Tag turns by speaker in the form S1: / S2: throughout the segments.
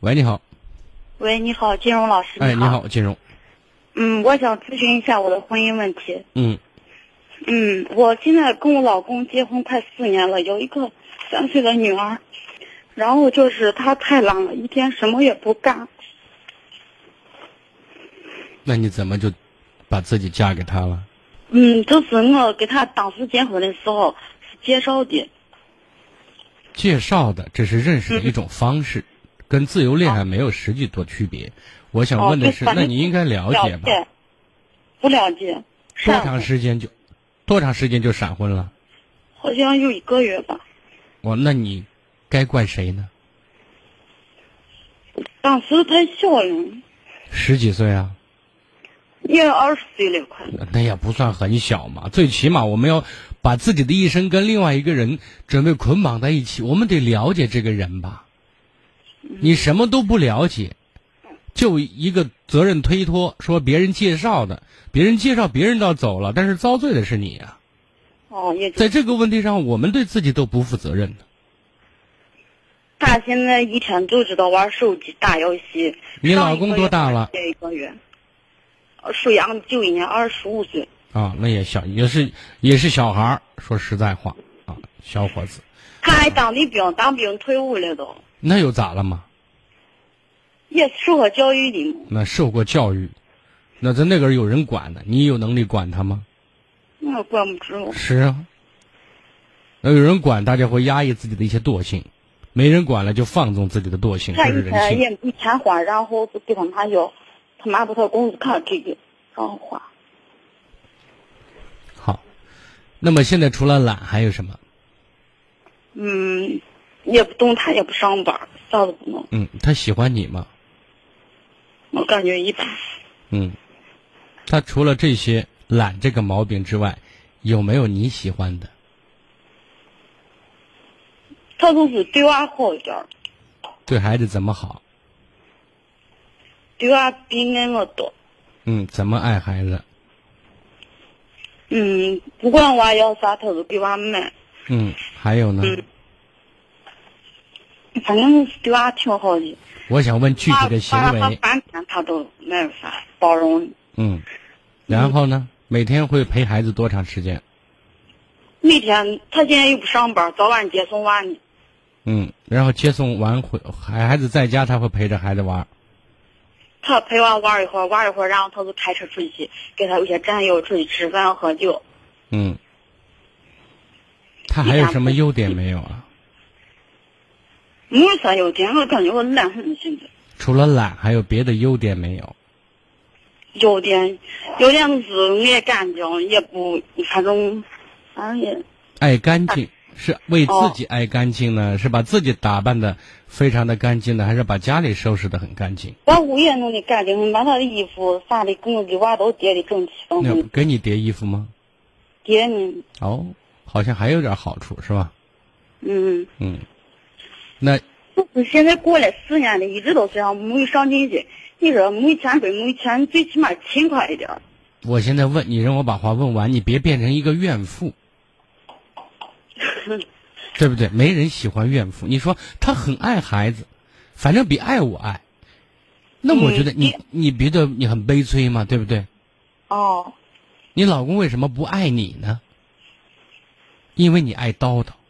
S1: 喂，你好，
S2: 喂，你好，金荣老师。
S1: 哎，你好，金荣，
S2: 嗯，我想咨询一下我的婚姻问题。
S1: 嗯
S2: 嗯，我现在跟我老公结婚快四年了，有一个三岁的女儿，然后就是他太懒了，一天什么也不干。
S1: 那你怎么就把自己嫁给他了？
S2: 嗯，就是我给他当时结婚的时候是介绍的。
S1: 介绍的这是认识的一种方式，跟自由恋爱没有实际多区别。我想问的是，
S2: 哦对反
S1: 那
S2: 正
S1: 你应该了解吧？
S2: 解，不了解。
S1: 多
S2: 上
S1: 长时间就多长时间就闪婚了？
S2: 好像有一个月吧。
S1: 哦，那你该怪谁呢？
S2: 当时太小了，
S1: 十几岁啊，
S2: 也二十岁了快。
S1: 那也不算很小嘛。最起码我们要把自己的一生跟另外一个人准备捆绑在一起，我们得了解这个人吧。你什么都不了解，就一个责任推脱，说别人介绍的，别人介绍别人倒走了，但是遭罪的是你啊。
S2: 哦，也就
S1: 在这个问题上，我们对自己都不负责任的。
S2: 他现在一天就知道玩手机、打游戏。
S1: 你老公多大了？
S2: 这一个月，呃属羊的，九一年，二十五岁。
S1: 啊，那也小，也是也是小孩儿。说实在话啊，小伙子，
S2: 他还当的兵，当兵退伍了都，
S1: 那又咋了嘛？
S2: 也是受过教育的嘛。
S1: 那受过教育，那在那个有人管的，你有能力管他吗？
S2: 我管不住。
S1: 是啊，那有人管，大家会压抑自己的一些惰性；没人管了，就放纵自己的惰性，这
S2: 他
S1: 是
S2: 以
S1: 人
S2: 前
S1: 性。
S2: 也没钱花，然后就给他妈要，他妈把他工资卡给的，然后花。
S1: 好，那么现在除了懒还有什么？
S2: 嗯，也不动弹，也不上班，啥都不弄，
S1: 嗯，他喜欢你吗？
S2: 我感觉一般。
S1: 嗯，他除了这些懒这个毛病之外，有没有你喜欢的？
S2: 他就是对娃好一点儿，
S1: 对孩子怎么好？
S2: 对娃比爱我多。
S1: 嗯，怎么爱孩子？
S2: 嗯，不管娃要啥，他都给娃买，
S1: 嗯，还有呢？
S2: 嗯反正是对娃挺好的。
S1: 我想问具体的行
S2: 他
S1: 为。
S2: 半天他都那啥包容，
S1: 嗯，然后呢？每天会陪孩子多长时间？
S2: 每天他现在又不上班，早晚接送娃呢。
S1: 嗯，然后接送完回孩孩子在家，他会陪着孩子玩儿。
S2: 他陪娃玩一会儿，玩一会儿，然后他就开车出去，给他有些战友出去吃饭喝酒。
S1: 嗯，他还有什么优点没有啊？
S2: 没有啥优点，我感觉我懒很现在。
S1: 除了懒，还有别的优点没有？
S2: 优点，优点就是爱干净，也不反正，反正也
S1: 爱干净是为自己爱干净呢，是把自己打扮的非常的干净呢，还是把家里收拾的很干净？
S2: 把屋也弄得干净，把他的衣服啥的跟我给娃都叠的整齐方
S1: 那
S2: 方。
S1: 给你叠衣服吗？
S2: 叠呢，
S1: 哦，好像还有点好处是吧？
S2: 嗯。
S1: 嗯，那
S2: 就是现在过了四年了，一直都这样，没有上进心。你说没钱归没钱，最起码勤快一点儿。
S1: 我现在问你，让我把话问完，你别变成一个怨妇，对不对？没人喜欢怨妇。你说他很爱孩子，反正比爱我爱，那我觉得你、你觉得你很悲催嘛，对不对？
S2: 哦，
S1: 你老公为什么不爱你呢？因为你爱叨叨。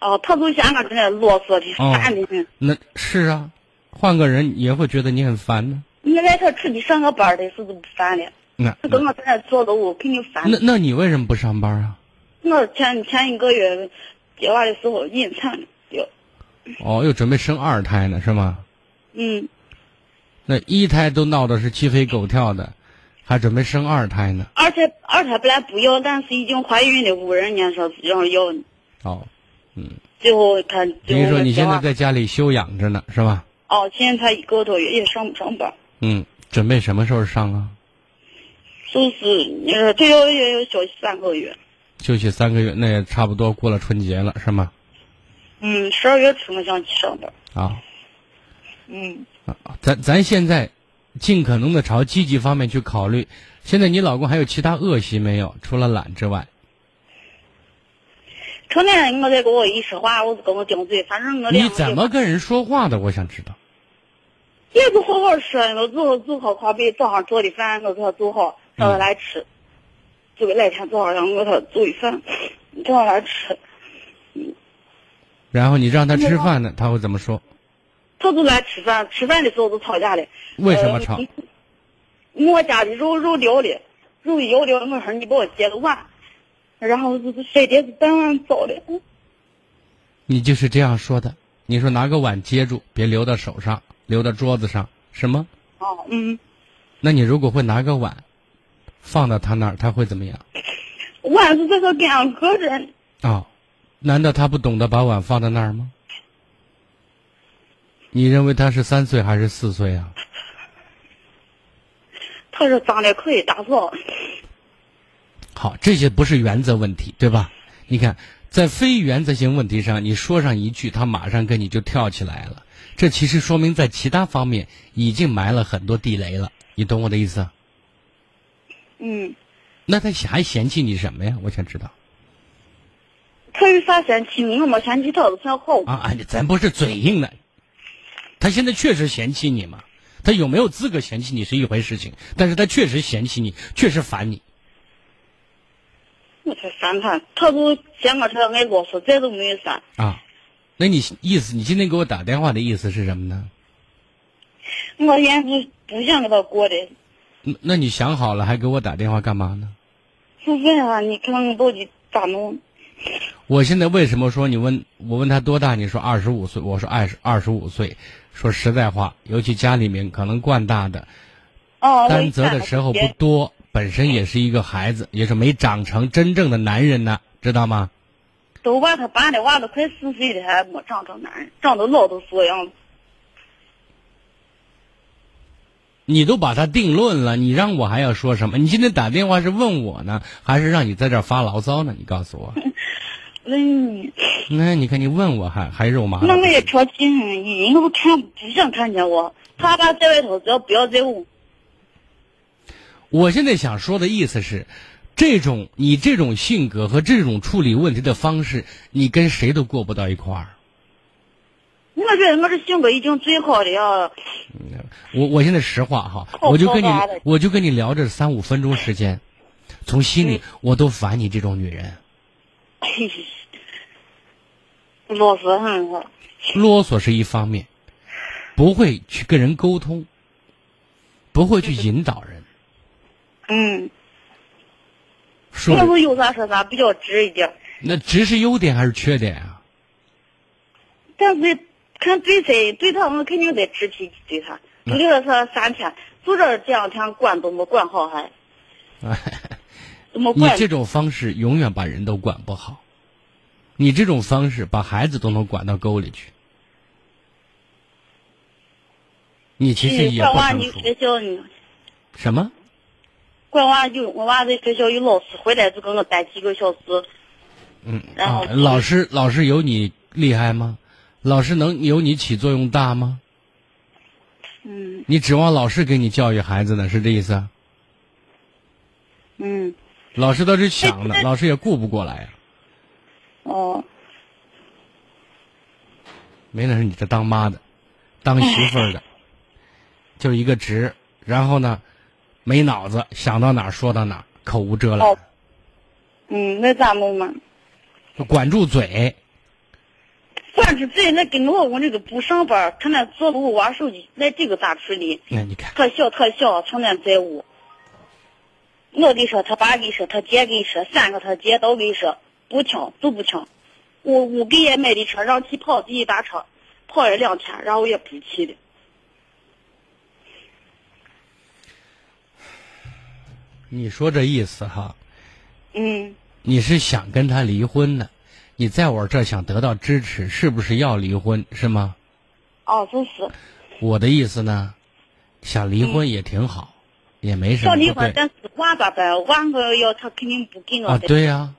S2: 哦，他就像我这样啰嗦的，
S1: 哦
S2: 烦的很。
S1: 那是啊，换个人也会觉得你很烦呢。
S2: 你来他出去上个班儿的时候就不烦了，
S1: 那
S2: 他跟我在那坐着我肯定烦
S1: 那。那你为什么不上班啊？
S2: 我前前一个月接娃的时候引产了，
S1: 哦，又准备生二胎呢，是吗？
S2: 嗯，
S1: 那一胎都闹的是鸡飞狗跳的，还准备生二胎呢。
S2: 二胎二胎本来不要，但是已经怀孕了，屋人家说让要，
S1: 哦，
S2: 最后他
S1: 比
S2: 最
S1: 如
S2: 后
S1: 说你
S2: 接
S1: 现在
S2: 娃。
S1: 在家里休养着呢，是吧？
S2: 哦，现在才一个多月，也上不上班。
S1: 嗯，准备什么时候上啊？
S2: 就是呃你说这要也要休息三个月，
S1: 休息三个月，那也差不多过了春节了，是吗？
S2: 嗯，十二月初我想去上班，
S1: 啊，
S2: 嗯，
S1: 啊咱咱现在尽可能的朝积极方面去考虑。现在你老公还有其他恶习没有？除了懒之外，
S2: 成天我在跟我一说话，我就跟我顶嘴，反正我俩
S1: 你怎么跟人说话的？我想知道。
S2: 也不好好吃，我就就好靠背早上做的饭，我给他做好，让
S1: 嗯
S2: 他来吃。就给那天早上让我给他做的饭，让他来吃。
S1: 然后你让他吃饭呢，他会怎么说？
S2: 他就来吃饭，吃饭的时候就吵架了。
S1: 为什么吵？
S2: 呃我家的肉肉溜了，肉一溜了，我说你给我接个碗，然后就是谁碟子端碗走了。
S1: 你就是这样说的。你说拿个碗接住，别留到手上，留到桌子上，什么？
S2: 哦，嗯，
S1: 那你如果会拿个碗，放到他那儿，他会怎么样？
S2: 碗是在他边上搁着，
S1: 啊、难道他不懂得把碗放在那儿吗？你认为他是三岁还是四岁啊？
S2: 他说长得可以打扫。
S1: 好，这些不是原则问题，对吧？你看，在非原则性问题上，你说上一句，他马上跟你就跳起来了。这其实说明在其他方面已经埋了很多地雷了，你懂我的意思啊？
S2: 嗯，
S1: 那他还嫌弃你什么呀？我想知道
S2: 他有啥嫌弃我没嫌弃他，是想好。
S1: 啊！啊咱不是嘴硬的，他现在确实嫌弃你嘛？他有没有资格嫌弃你是一回事情，但是他确实嫌弃你，确实烦你。
S2: 我才烦他，他都嫌我这爱啰嗦，再都没有啥。
S1: 啊，那你意思，你今天给我打电话的意思是什么呢？
S2: 我也不不想跟他过的。
S1: 那那你想好了还给我打电话干嘛呢？
S2: 我问啊，你看我到底咋弄？
S1: 我现在为什么说你问我问他多大？你说二十五岁，我说二十二十五岁。说实在话，尤其家里面可能惯大的，
S2: 哦，我
S1: 担责的时候不
S2: 也
S1: 多，本身也是一个孩子，也是没长成真正的男人呢，知道吗？
S2: 都把他爸的娃都快四岁了，还没长成男人，长得老都是这样子。
S1: 你都把他定论了，你让我还要说什么？你今天打电话是问我呢，还是让你在这儿发牢骚呢？你告诉 我，
S2: 问你，
S1: 那你看你问我还还肉麻了。
S2: 那我也调情，你我看不想看见我。他爸在外头，只要不要在屋，
S1: 我现在想说的意思是，这种你这种性格和这种处理问题的方式，你跟谁都过不到一块儿。
S2: 我这我这性格已经最好的呀。
S1: 我我现在实话哈，
S2: 哦
S1: 我就跟你
S2: 说白了
S1: 我就跟你聊这三五分钟时间，从心
S2: 嗯
S1: 里我都烦你这种女人，
S2: 嘿嘿老实很我，
S1: 啰嗦是一方面，不会去跟人沟通，不会去引导人，
S2: 嗯，
S1: 说
S2: 要是有啥说啥，比较直一点。
S1: 那直是优点还是缺点啊？
S2: 但是看对谁对他，我们肯定得直脾气对他。就
S1: 嗯
S2: 留他三天，就这这两天管都没管好还，都没
S1: 哎你
S2: 管
S1: 这种方式永远把人都管不好，你这种方式把孩子都能管到沟里去。你其实也
S2: 管
S1: 不
S2: 娃
S1: 成
S2: 嗯你
S1: 熟。
S2: 学校呢，
S1: 什么？
S2: 管娃有我娃在学校有老师回来就跟我待几个小时，
S1: 嗯
S2: 然后
S1: 啊，老师老师有你厉害吗？老师能有你起作用大吗？
S2: 嗯
S1: 你指望老师给你教育孩子呢？是这意思啊？
S2: 嗯，
S1: 老师倒是想
S2: 哎
S1: 的，
S2: 对
S1: 老师也顾不过来啊。
S2: 哦，
S1: 没那是你这当妈的，当媳妇 儿的，就是一个直，然后呢，没脑子，想到哪儿说到哪儿，口无遮拦
S2: 哦，嗯，那咋弄嘛？
S1: 就管住嘴。
S2: 管住嘴，那跟老公这个不上班，天天坐着屋玩手机，那这个咋处理？
S1: 那哎你看，
S2: 他小他小，成天在屋。我跟你说，他爸跟你说，他姐跟你说，三个他姐都跟你说，不听就不听。我我给爷买的车，让骑跑第一大车，跑了两天，然后也不骑了。
S1: 你说这意思哈，
S2: 嗯，
S1: 你是想跟他离婚呢？你在我这儿想得到支持，是不是要离婚是吗？
S2: 哦，就是
S1: 我的意思呢，想离婚也挺好，也没什么
S2: 想离
S1: 不对
S2: 婚，但是娃咋办？娃我要他肯定不给我
S1: 啊，
S2: 的。
S1: 对呀、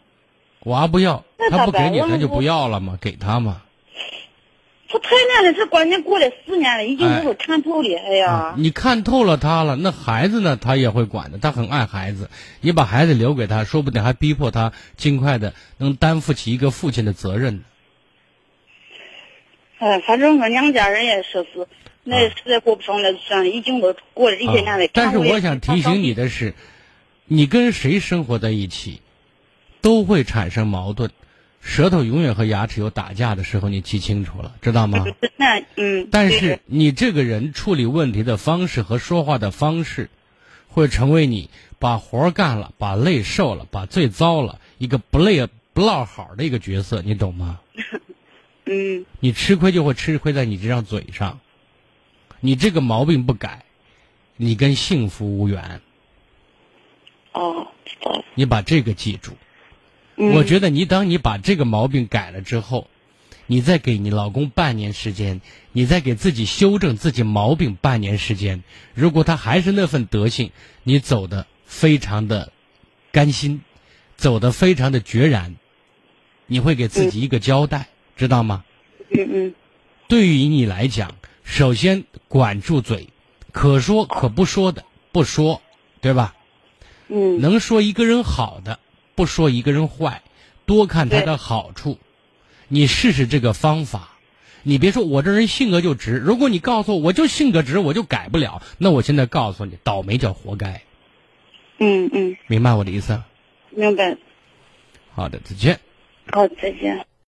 S1: 娃不要，
S2: 那
S1: 他
S2: 咋
S1: 不给
S2: 办
S1: 你，
S2: 我
S1: 他就
S2: 我
S1: 不要了嘛，给他嘛。
S2: 他太难了，这关键过了四年了，已经
S1: 哎
S2: 给我看透了。哎呀，
S1: 啊你看透了他了，那孩子呢？他也会管的，他很爱孩子。你把孩子留给他，说不定还逼迫他尽快的能担负起一个父亲的责任呢。
S2: 哎，反正俺娘家人也说是，那
S1: 啊
S2: 实在过不上了，算了，已经都过了这些年了。
S1: 啊但是
S2: 看
S1: 我
S2: 也
S1: 想提醒你，的是，你跟谁生活在一起，都会产生矛盾。舌头永远和牙齿有打架的时候，你记清楚了，知道吗？
S2: 那嗯，
S1: 啊但
S2: 对
S1: 是你这个人处理问题的方式和说话的方式，会成为你把活儿干了、把累受了、把罪遭了一个不累不落好的一个角色，你懂吗？
S2: 嗯
S1: 你吃亏就会吃亏在你这张嘴上，你这个毛病不改，你跟幸福无缘。
S2: 哦，知道了。
S1: 你把这个记住。
S2: 嗯
S1: 我觉得你当你把这个毛病改了之后，你再给你老公半年时间，你再给自己修正自己毛病半年时间。如果他还是那份德性，你走的非常的甘心，走的非常的决然，你会给自己一个交代，知道吗？
S2: 嗯嗯
S1: 对于你来讲，首先管住嘴，可说可不说的不说，对吧？
S2: 嗯
S1: 能说一个人好的，不说一个人坏，多看他
S2: 对
S1: 的好处。你试试这个方法，你别说我这人性格就直。如果你告诉我我就性格直，我就改不了，那我现在告诉你，倒霉叫活该，
S2: 嗯嗯，
S1: 明白我的意思？
S2: 明白。
S1: 好的，再见。
S2: 好，再见。